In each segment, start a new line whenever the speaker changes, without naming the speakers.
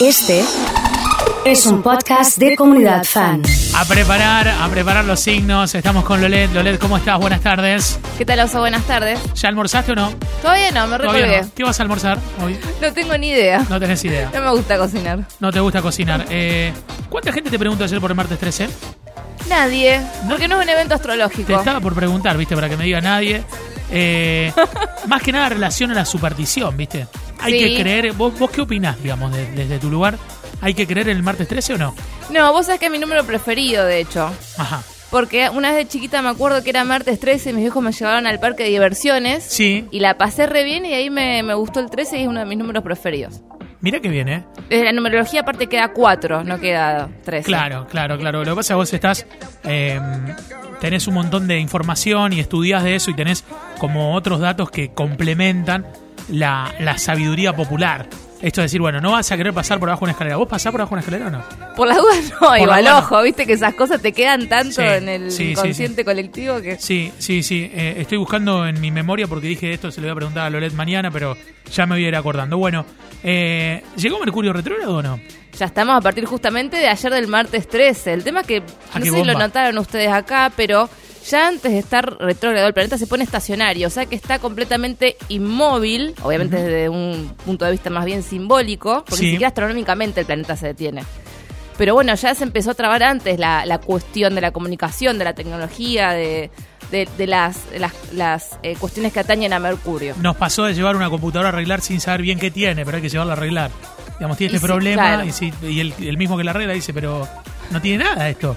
Este es un podcast de comunidad fan.
A preparar, a preparar los signos. Estamos con Lolet. Lolet, ¿cómo estás? Buenas tardes.
¿Qué tal, Oso? Buenas tardes.
¿Ya almorzaste o no?
Todavía no, me
Todavía
recolgué.
no. ¿Qué vas a almorzar hoy?
No tengo ni idea.
No tenés idea.
No me gusta cocinar.
No te gusta cocinar. Eh, ¿Cuánta gente te preguntó ayer por el martes 13?
Nadie.
No.
Porque no es un evento
Te
astrológico.
estaba por preguntar, ¿viste? Para que me diga nadie. Eh, más que nada en relación a la superstición, ¿viste? Hay
Sí.
que creer. ¿Vos, vos qué opinás, digamos, de- desde tu lugar? ¿Hay que creer en el martes 13 o no?
No, vos sabés que es mi número preferido, de hecho.
Ajá.
Porque una vez de chiquita me acuerdo que era martes 13 y mis viejos me llevaron al parque de diversiones.
Sí.
Y la pasé re bien y ahí me, me gustó el 13 y es uno de mis números preferidos.
Mira que bien, ¿eh?
Desde la numerología aparte queda 4, no queda 13.
Claro, claro, claro. Lo que pasa es que vos estás. eh, tenés un montón de información y estudias de eso y tenés como otros datos que complementan la, la sabiduría popular. Esto es decir, bueno, no vas a querer pasar por abajo de una escalera. ¿Vos pasás por abajo de una escalera o no?
Por las dudas no,
la
igual
duda no.
ojo, viste que esas cosas te quedan tanto
Sí,
en el
sí, sí,
consciente colectivo que...
Sí, sí, sí. Eh, estoy buscando en mi memoria porque dije esto, se lo voy a preguntar a Lolet mañana, pero ya me voy a ir acordando. Bueno, eh, ¿llegó Mercurio retrógrado o no?
Ya estamos a partir justamente de ayer del martes 13. El tema es que
Ah,
no
qué
sé si lo
bomba.
notaron ustedes acá, pero ya antes de estar retrógrado el planeta se pone estacionario, o sea que está completamente inmóvil, obviamente desde un punto de vista más bien simbólico, porque
Sí.
ni siquiera astronómicamente el planeta se detiene. Pero bueno, ya se empezó a trabar antes la, la cuestión de la comunicación, de la tecnología, de, de- de las, las, las, eh, cuestiones que atañen a Mercurio.
Nos pasó de llevar una computadora a arreglar sin saber bien qué tiene, pero hay que llevarla a arreglar. Digamos, tiene
Y
este
sí,
problema
claro.
y, si- y el, el mismo que la arregla dice, pero no tiene nada esto.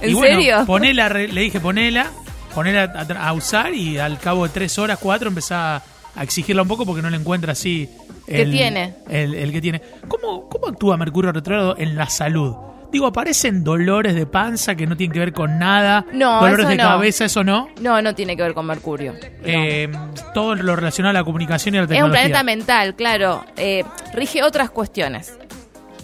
¿En
y bueno,
serio?
ponela, re- le dije, ponela, ponela a, tra- a usar y al cabo de tres horas, cuatro, empezá a exigirla un poco porque no le encuentra así
¿Qué tiene?
El, el que tiene. ¿Cómo, ¿Cómo actúa Mercurio retrógrado en la salud? Digo, aparecen dolores de panza que no tienen que ver con nada,
No,
dolores
eso
de
no.
cabeza, eso no.
No, no tiene que ver con Mercurio.
Eh, todo lo relacionado a la comunicación y a la
Es un
tecnología.
planeta mental, claro. Eh, rige otras cuestiones.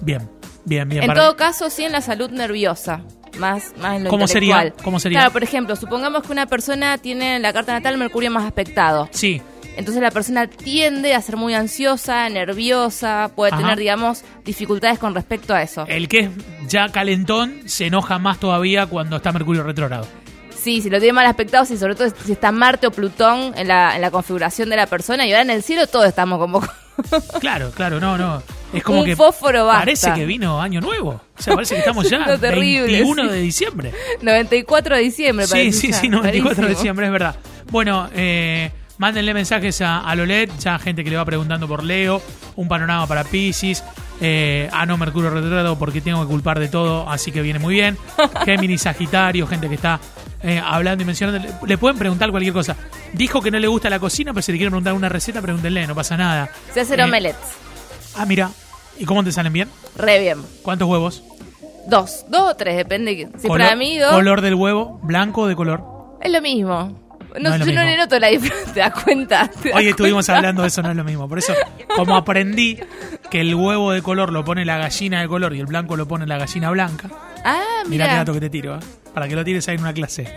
Bien, bien, bien.
En
para-
todo caso, sí en la salud nerviosa. Más, más en lo
¿Cómo sería?
intelectual.
¿Cómo sería?
Claro, por ejemplo, supongamos que una persona tiene en la carta natal Mercurio más aspectado.
Sí,
Entonces la persona tiende a ser muy ansiosa, nerviosa, puede
Ajá. Eh.
tener, digamos, dificultades con respecto a eso.
el que es ya calentón se enoja más todavía cuando está Mercurio retrógrado.
Sí, si lo tiene mal aspectado, sí, sobre todo si está Marte o Plutón en la, en la configuración de la persona. Y ahora en el cielo todos estamos como...
Claro, claro, no, no. Es como
Un
que
fósforo basta.
parece que vino año nuevo. O sea, parece que estamos ya
Siendo terrible,
21
sí.
de diciembre.
94 de diciembre,
Sí,
parece
sí,
ya.
sí, 94 de
Rarísimo.
diciembre, es verdad. Bueno, eh, mándenle mensajes a, a Lolet, ya gente que le va preguntando por Leo, un panorama para Pisces, eh, ah, no, Mercurio retrógrado porque tengo que culpar de todo, así que viene muy bien. Géminis, Sagitario, gente que está eh, hablando y mencionando. Le, le pueden preguntar cualquier cosa. Dijo que no le gusta la cocina, pero si le quieren preguntar una receta, pregúntenle, no pasa nada.
Se hacen
Eh,
omelets.
Ah, mira, ¿y cómo te salen bien?
Re bien.
¿Cuántos huevos?
Dos, dos o tres, depende. que- Si
Color-
para mí dos,
¿Color del huevo? ¿Blanco o de color?
es lo mismo.
No
No,
es lo
yo no
mismo.
le noto la diferencia, ¿te das cuenta? ¿Te das
Hoy estuvimos
cuenta?
hablando de eso, no es lo mismo. Por eso, como aprendí que el huevo de color lo pone la gallina de color y el blanco lo pone la gallina blanca,
Ah,
mirá qué
mira.
dato que te tiro, ¿eh? para que lo tires ahí en una clase.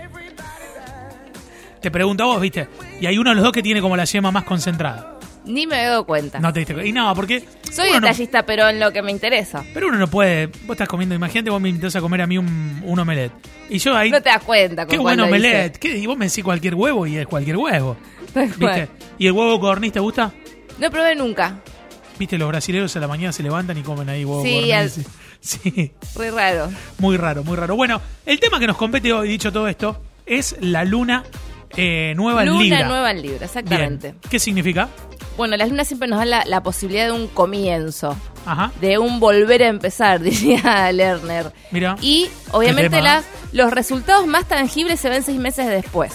Te pregunto a vos, ¿viste? Y hay uno de los dos que tiene como la yema más concentrada.
Ni me he dado cuenta.
No te diste cu- Y no, porque.
Soy
uno no-
detallista, pero en lo que me interesa.
pero uno no puede. Vos estás comiendo, imagínate, vos me invitás a comer a mí un, un omelette. Y yo ahí.
No te das cuenta. Con
Qué
cuál
bueno
lo hice.
omelette. ¿Qué? Y vos me decís cualquier huevo y es cualquier huevo.
Tal
¿Viste?
cual.
¿Y el huevo codorniz te gusta?
No probé nunca.
Viste, los brasileños a la mañana se levantan y comen ahí huevo
Sí,
codorniz.
al-
Sí, Sí,
Muy raro.
muy raro, muy raro. Bueno, el tema que nos compete hoy, dicho todo esto, es la luna eh, nueva
luna
en Libra.
nueva en Libra,
Bien.
exactamente.
¿Qué significa?
Bueno, las lunas siempre nos dan la, la posibilidad de un comienzo,
Ajá.
de un volver a empezar, diría Lerner.
Mira.
Y obviamente
tema.
las, los resultados más tangibles se ven seis meses después.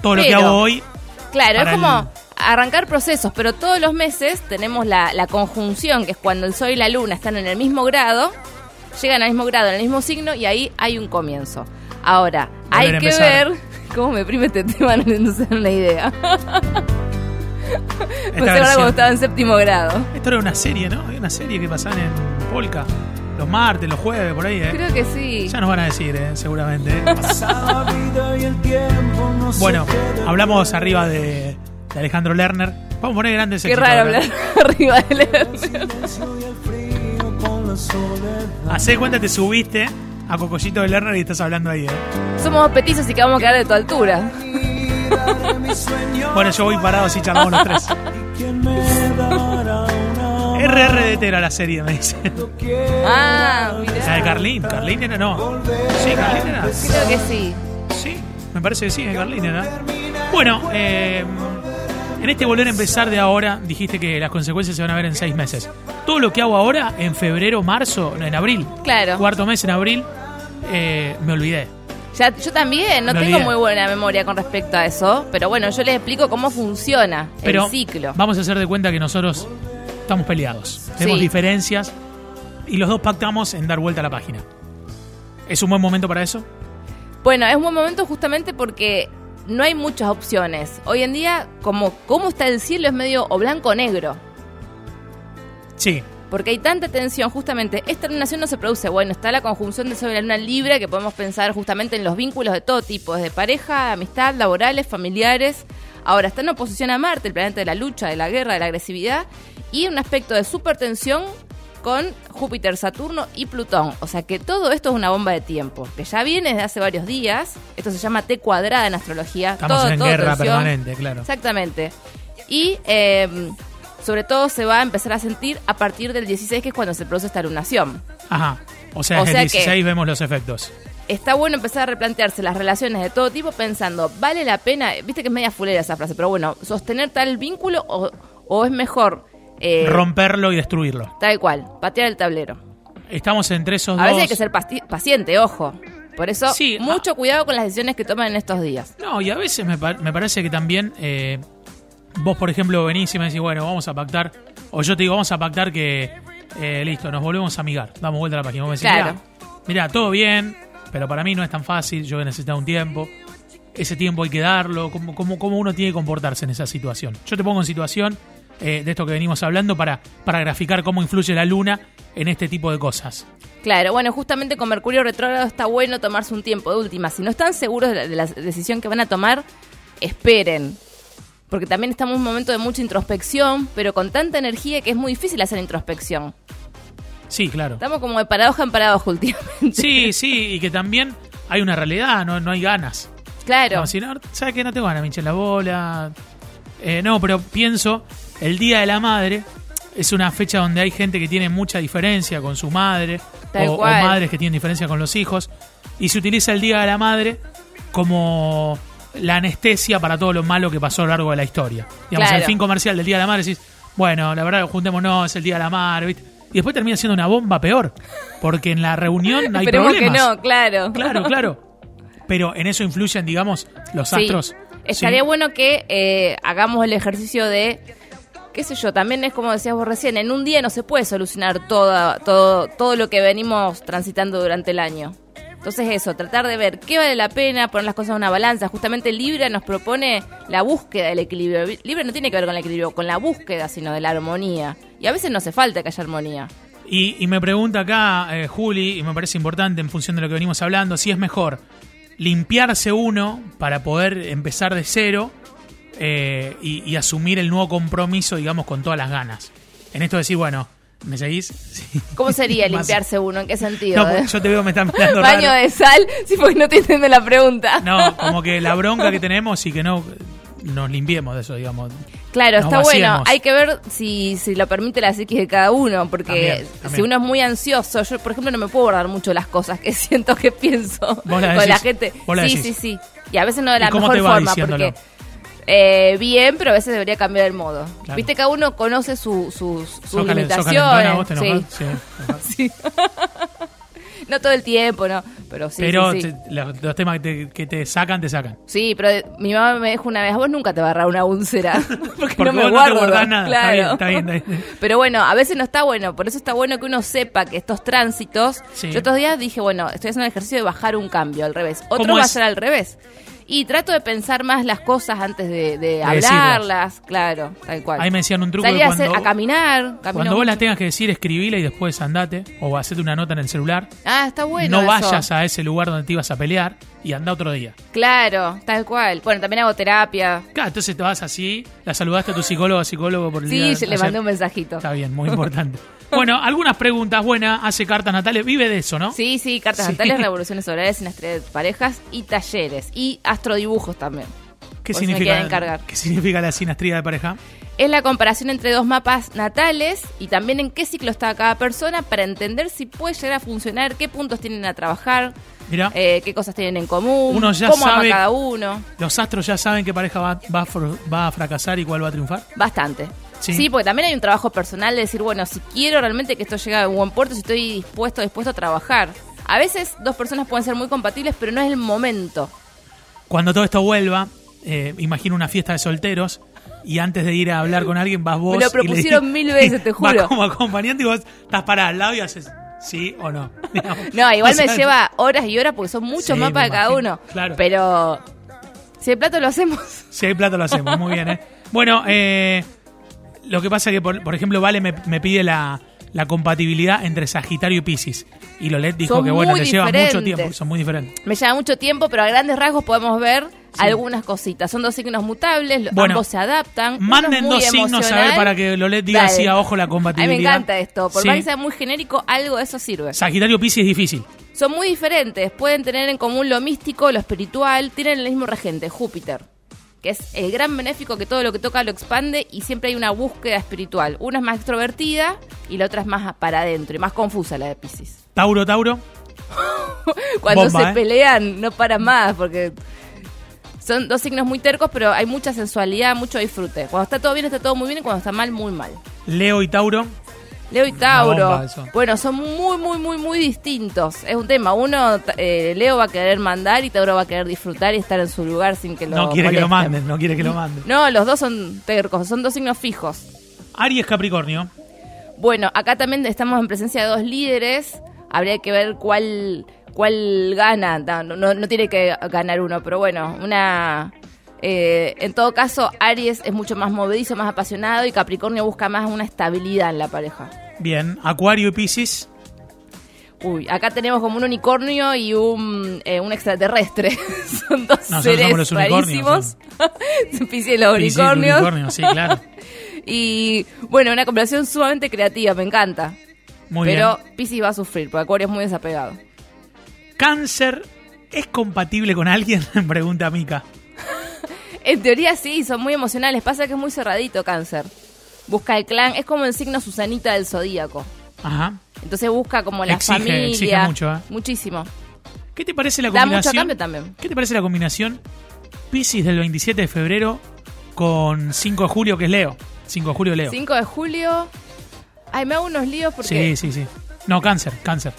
Todo lo que
pero-
hago hoy.
Claro,
para
es como
el-
arrancar procesos, pero todos los meses tenemos la, la conjunción, que es cuando el Sol y la Luna están en el mismo grado, llegan al mismo grado, en el mismo signo, y ahí hay un comienzo. Ahora, hay
Volver a
que
empezar.
ver cómo me prime este tema, no se dan una idea.
esta
No sé pues, ahora
versión.
cuando estaba en séptimo grado.
Esto era una serie, ¿no? Había una serie que pasaban en Polka. Los martes, los jueves, por ahí, ¿eh?
Creo que sí.
Ya nos van a decir, ¿eh? seguramente. ¿eh? bueno, hablamos arriba de, de Alejandro Lerner, Vamos a poner grandes
Qué
éxitos
raro
ahora.
hablar arriba de Leo.
Hacé cuenta, te subiste a Cocollito de Lerner y estás hablando ahí. ¿eh?
Somos petizos y que vamos a quedar de tu altura.
Bueno, yo voy parado así charlamos los tres. RRDT era la serie, me dice.
Ah,
La de
mirá.
Carlín. Carlín era, no. Sí, Carlín era.
Creo que sí.
Sí, me parece que sí, es Carlín era. Bueno, eh, en este volver a empezar de ahora, dijiste que las consecuencias se van a ver en seis meses. Todo lo que hago ahora, en febrero, marzo, no, en abril.
Claro.
Cuarto mes en abril, eh, me olvidé.
Ya, yo también, no
Me
tengo
olvidé.
muy buena memoria con respecto a eso, pero bueno, yo les explico cómo funciona
Pero
el ciclo.
vamos a hacer de cuenta que nosotros estamos peleados, tenemos
Sí.
diferencias y los dos pactamos en dar vuelta a la página. ¿Es un buen momento para eso?
Bueno, es un buen momento justamente porque no hay muchas opciones. Hoy en día, como cómo está el cielo es medio o blanco o negro,
Sí.
porque hay tanta tensión justamente. Esta lunación no se produce, bueno, está la conjunción de Sol y la Luna libre que podemos pensar justamente en los vínculos de todo tipo, desde pareja, amistad, laborales, familiares. Ahora está en oposición a Marte, el planeta de la lucha, de la guerra, de la agresividad y un aspecto de supertensión con Júpiter, Saturno y Plutón. O sea que todo esto es una bomba de tiempo, que ya viene desde hace varios días. Esto se llama T cuadrada en astrología.
Estamos
Todo-
en
todo
guerra
tensión.
permanente, claro.
Exactamente. Y eh, sobre todo se va a empezar a sentir a partir del 16, que es cuando se produce esta lunación.
Ajá. O sea,
O
desde
sea
el
que-
16 vemos los efectos.
Está bueno empezar a replantearse las relaciones de todo tipo pensando, ¿vale la pena? Viste que es media fulera esa frase, pero bueno, sostener tal vínculo o, o es mejor eh,
Romperlo y destruirlo.
tal cual, patear el tablero.
Estamos entre esos
A
dos.
veces hay que ser pasti- paciente, ojo. Por eso,
Sí, ah.
mucho cuidado con las decisiones que toman en estos días.
No, y a veces me, par- me parece que también eh, vos, por ejemplo, venís y me decís, bueno, vamos a pactar, o yo te digo, vamos a pactar que, eh, listo, nos volvemos a amigar, damos vuelta a la página. Vos me decís,
Claro.
mirá, mirá, todo bien, pero para mí no es tan fácil, yo voy a necesitar un tiempo, ese tiempo hay que darlo, ¿cómo, cómo, cómo uno tiene que comportarse en esa situación? Yo te pongo en situación eh, de esto que venimos hablando para, para graficar cómo influye la luna en este tipo de cosas.
Claro, bueno, justamente con Mercurio retrógrado está bueno tomarse un tiempo de última. Si no están seguros de la, de la decisión que van a tomar, esperen. Porque también estamos en un momento de mucha introspección, pero con tanta energía que es muy difícil hacer introspección.
Sí, claro.
Estamos como de paradoja en paradoja últimamente.
Sí, sí, y que también hay una realidad, no, no hay ganas.
Claro.
No, si no, ¿sabes qué? No te van a hinchar la bola. Eh, no, pero pienso, el Día de la Madre es una fecha donde hay gente que tiene mucha diferencia con su madre
Tal
o, o
cual.
madres que tienen diferencia con los hijos. Y se utiliza el Día de la Madre como la anestesia para todo lo malo que pasó a lo largo de la historia. Digamos,
Claro.
el fin comercial del Día de la Madre decís, bueno, la verdad, juntémonos el Día de la Madre, ¿viste? Y después termina siendo una bomba peor, porque en la reunión hay
Esperemos
problemas.
que no, claro.
Claro, claro. Pero en eso influyen, digamos, los
Sí.
astros.
Estaría
Sí.
bueno que eh, hagamos el ejercicio de, qué sé yo, también es como decías vos recién, en un día no se puede solucionar toda, todo, todo lo que venimos transitando durante el año. Entonces eso, tratar de ver qué vale la pena, poner las cosas en una balanza. Justamente Libra nos propone la búsqueda del equilibrio. Vi- Libra no tiene que ver con el equilibrio, con la búsqueda, sino de la armonía. Y a veces no hace falta que haya armonía.
Y, y me pregunta acá, eh, Juli, y me parece importante en función de lo que venimos hablando, si es mejor limpiarse uno para poder empezar de cero eh, y, y asumir el nuevo compromiso, digamos, con todas las ganas. En esto decir, bueno, ¿me seguís? Sí.
¿Cómo sería
Más-
limpiarse uno? ¿En qué sentido?
No, porque yo te veo, me están mirando raro.
Baño de sal, si porque no te entienden la pregunta.
No, como que la bronca que tenemos y que no nos limpiemos de eso, digamos.
Claro,
Nos
está bueno.
vaciemos.
Hay que ver si, si lo permite la psiquis de cada uno, porque
También,
si
también.
uno es muy ansioso, yo por ejemplo no me puedo guardar mucho las cosas que siento que pienso
¿Vos la
con la
decís?
gente.
¿Vos la
sí,
decís?
sí, sí. Y a veces no de
¿Y
la
cómo
mejor
te va
forma,
diciéndolo?
porque eh, bien, pero a veces debería cambiar el modo.
Claro.
Viste, cada uno conoce su- sus, sus
Sos calen- sos calentona, vos te
limitaciones.
enojás,
sí.
sí.
No todo el tiempo, no, pero sí.
Pero
sí, sí.
te- la- los temas que te, que te sacan, te sacan.
Sí, pero de- mi mamá me dijo una vez, a vos nunca te va a agarrar una úlcera. Porque,
Porque
no me
vos no te
guardo.
guardás nada. Está
Claro.
bien, está bien, está bien.
Pero bueno, a veces no está bueno. Por eso está bueno que uno sepa que estos tránsitos.
Sí.
Yo otros días dije, bueno, estoy haciendo el ejercicio de bajar un cambio al revés. Otro
¿Cómo
va a
es?
ser al revés. Y trato de pensar más las cosas antes de, de
decirlas.
hablarlas, claro, tal cual.
Ahí me decían un truco
Salí
que
a, hacer-
cuando-
a caminar. camino
Cuando vos las
mucho.
tengas que decir, escribila y después andate o hacete una nota en el celular.
Ah, está bueno.
no
eso.
vayas a ese lugar donde te ibas a pelear y anda otro día.
Claro, tal cual. Bueno, también hago terapia.
Claro, entonces te vas así, la saludaste a tu psicólogo psicólogo por el día
Sí,
de
le
ayer.
mandé un mensajito.
Está bien, muy importante. bueno, algunas preguntas buenas, hace cartas natales, vive de eso, ¿no?
Sí, sí, cartas
Sí.
natales, revoluciones horarias, estrella de parejas y talleres. Y astrodibujos también.
¿Qué
Por eso me queda encargar.
¿Qué significa la sinastría de pareja?
Es la comparación entre dos mapas natales y también en qué ciclo está cada persona para entender si puede llegar a funcionar, qué puntos tienen a trabajar,
Mira,
eh, qué cosas tienen en común,
Uno ya
cómo
sabe-
ama cada uno.
los astros ya saben qué pareja va, va a fr- va a fracasar y cuál va a triunfar.
Bastante.
Sí.
Sí. porque también hay un trabajo personal de decir, bueno, si quiero realmente que esto llegue a un buen puerto, si estoy dispuesto, dispuesto a trabajar. A veces dos personas pueden ser muy compatibles, pero no es el momento.
Cuando todo esto vuelva, eh, imagino una fiesta de solteros y antes de ir a hablar con alguien vas vos.
Me lo
y le-
propusieron mil veces, te
vas
juro.
como acompañante y vos estás parada al lado y haces sí o no. digamos.
No, igual
O
me
sea,
lleva horas y horas porque son muchos
Sí,
mapas
me
de cada
imagino,
uno.
claro.
Pero si el plato lo hacemos.
Si hay plato lo hacemos, muy bien, ¿eh? Bueno, eh, lo que pasa es que, por, por ejemplo, Vale me, me pide la, la compatibilidad entre Sagitario y Pisces. Y Lolet dijo
Son
que, bueno,
muy
le lleva mucho
diferentes.
tiempo, son muy diferentes.
Me lleva mucho tiempo, pero a grandes rasgos podemos ver algunas cositas. Son dos signos mutables, lo-
Bueno,
ambos se adaptan. uno es
Manden
muy
dos signos a ver
emocional.
para que Lolet diga
Dale.
así a ojo la
A mí
compatibilidad.
me encanta esto. Por
Sí.
más que sea muy genérico, algo de eso sirve.
Sagitario Pisces es difícil.
Son muy diferentes, pueden tener en común lo místico, lo espiritual, tienen el mismo regente, Júpiter, que es el gran benéfico que todo lo que toca lo expande y siempre hay una búsqueda espiritual. Una es más extrovertida y la otra es más para adentro y más confusa la de Pisces.
Tauro, Tauro.
Cuando
Bomba,
se
¿eh?
pelean no para más porque son dos signos muy tercos, pero hay mucha sensualidad, mucho disfrute. Cuando está todo bien está todo muy bien y cuando está mal muy mal.
Leo y Tauro.
Leo y
bomba
Tauro.
eso.
Bueno, son muy, muy, muy, muy distintos. Es un tema. Uno, ta- eh, Leo va a querer mandar y Tauro va a querer disfrutar y estar en su lugar sin que lo
no quiere que lo
molesten.
manden, no quiere que lo manden.
No, los dos son tercos, son dos signos fijos.
Aries, Capricornio.
Bueno, acá también estamos en presencia de dos líderes. Habría que ver cuál, cuál gana. No, no- no tiene que ganar uno, pero bueno, una. eh, en todo caso, Aries es mucho más movedizo, más apasionado y Capricornio busca más una estabilidad en la pareja.
Bien. Acuario y Pisces.
Uy, acá tenemos como un unicornio y un, eh, un extraterrestre. Son dos
Nosotros
seres
somos los unicornios,
rarísimos. Piscis y los
Piscis,
unicornios.
Capricornio, sí, claro.
Y bueno, una combinación sumamente creativa, me encanta.
Muy
Pero
bien.
Piscis va a sufrir, porque Acuario es muy desapegado.
Cáncer. ¿Es compatible con alguien? Pregunta Mica.
En teoría sí, son muy emocionales. Pasa que es muy cerradito cáncer. Busca el clan, es como el signo Susanita del Zodíaco.
Ajá.
Entonces busca como la
Exige,
familia.
exige mucho, ¿eh?
Muchísimo.
¿Qué te parece la
Da mucho
combinación?
cambio también.
¿Qué te parece la combinación Pisces del 27 de febrero con 5 de julio, que es Leo? 5 de julio, Leo.
5 de julio. Ay, me hago unos líos porque
Sí, sí, sí. No, cáncer, cáncer.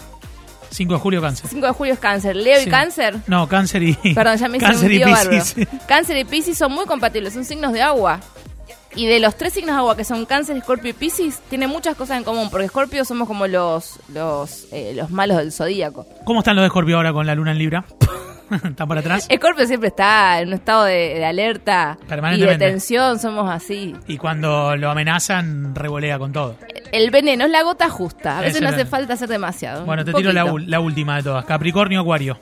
5 de julio, cáncer.
5 de julio es cáncer. Leo
Sí.
y cáncer.
No, cáncer y.
Perdón, ya me hice
cáncer
un lío
y
bárbaro.
Piscis.
Cáncer y Piscis son muy compatibles, son signos de agua. Y de los tres signos de agua que son Cáncer, Escorpio y Piscis, tienen muchas cosas en común, porque Escorpio somos como los los, eh, los malos del zodíaco.
¿Cómo están los de Escorpio ahora con la luna en Libra? ¿Están para atrás?
Escorpio siempre está en un estado de, de alerta y de
Permanentemente.
tensión, somos así.
Y cuando lo amenazan, revolea con todo.
El veneno es la gota justa, a veces
Eso
no
era.
hace falta hacer demasiado.
Bueno, te
un
tiro la,
poquito.
ul- la última de todas. Capricornio, Acuario.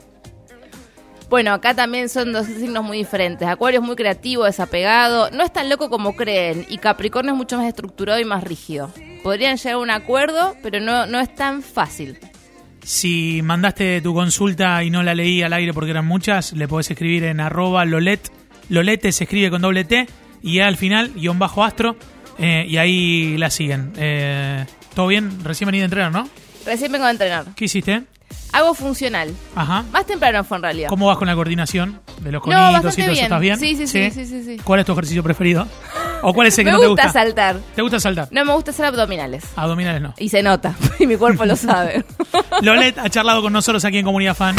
Bueno, acá también son dos signos muy diferentes. Acuario es muy creativo, desapegado, no es tan loco como creen, y Capricornio es mucho más estructurado y más rígido. Podrían llegar a un acuerdo, pero no, no es tan fácil.
Si mandaste tu consulta y no la leí al aire porque eran muchas, le podés escribir en arroba lolet. Lolete se escribe con doble T y al final, guión bajo astro. eh, y ahí la siguen. Eh, ¿Todo bien? Recién vení de entrenar, ¿no?
Recién vengo a entrenar.
¿Qué hiciste?
Hago funcional.
Ajá.
Más temprano fue en realidad.
¿Cómo vas con la coordinación de
No,
los conitos y todo
bastante
eso?
bien.
¿Estás bien?
Sí, sí, sí, sí, sí, sí.
¿Cuál es tu ejercicio preferido? ¿O cuál es el que
Me
no te
gusta
gusta?
saltar.
¿Te gusta saltar?
No me gusta hacer abdominales.
Abdominales no.
Y se nota, y mi cuerpo lo sabe.
Lolet ha charlado con nosotros aquí en Comunidad Fan.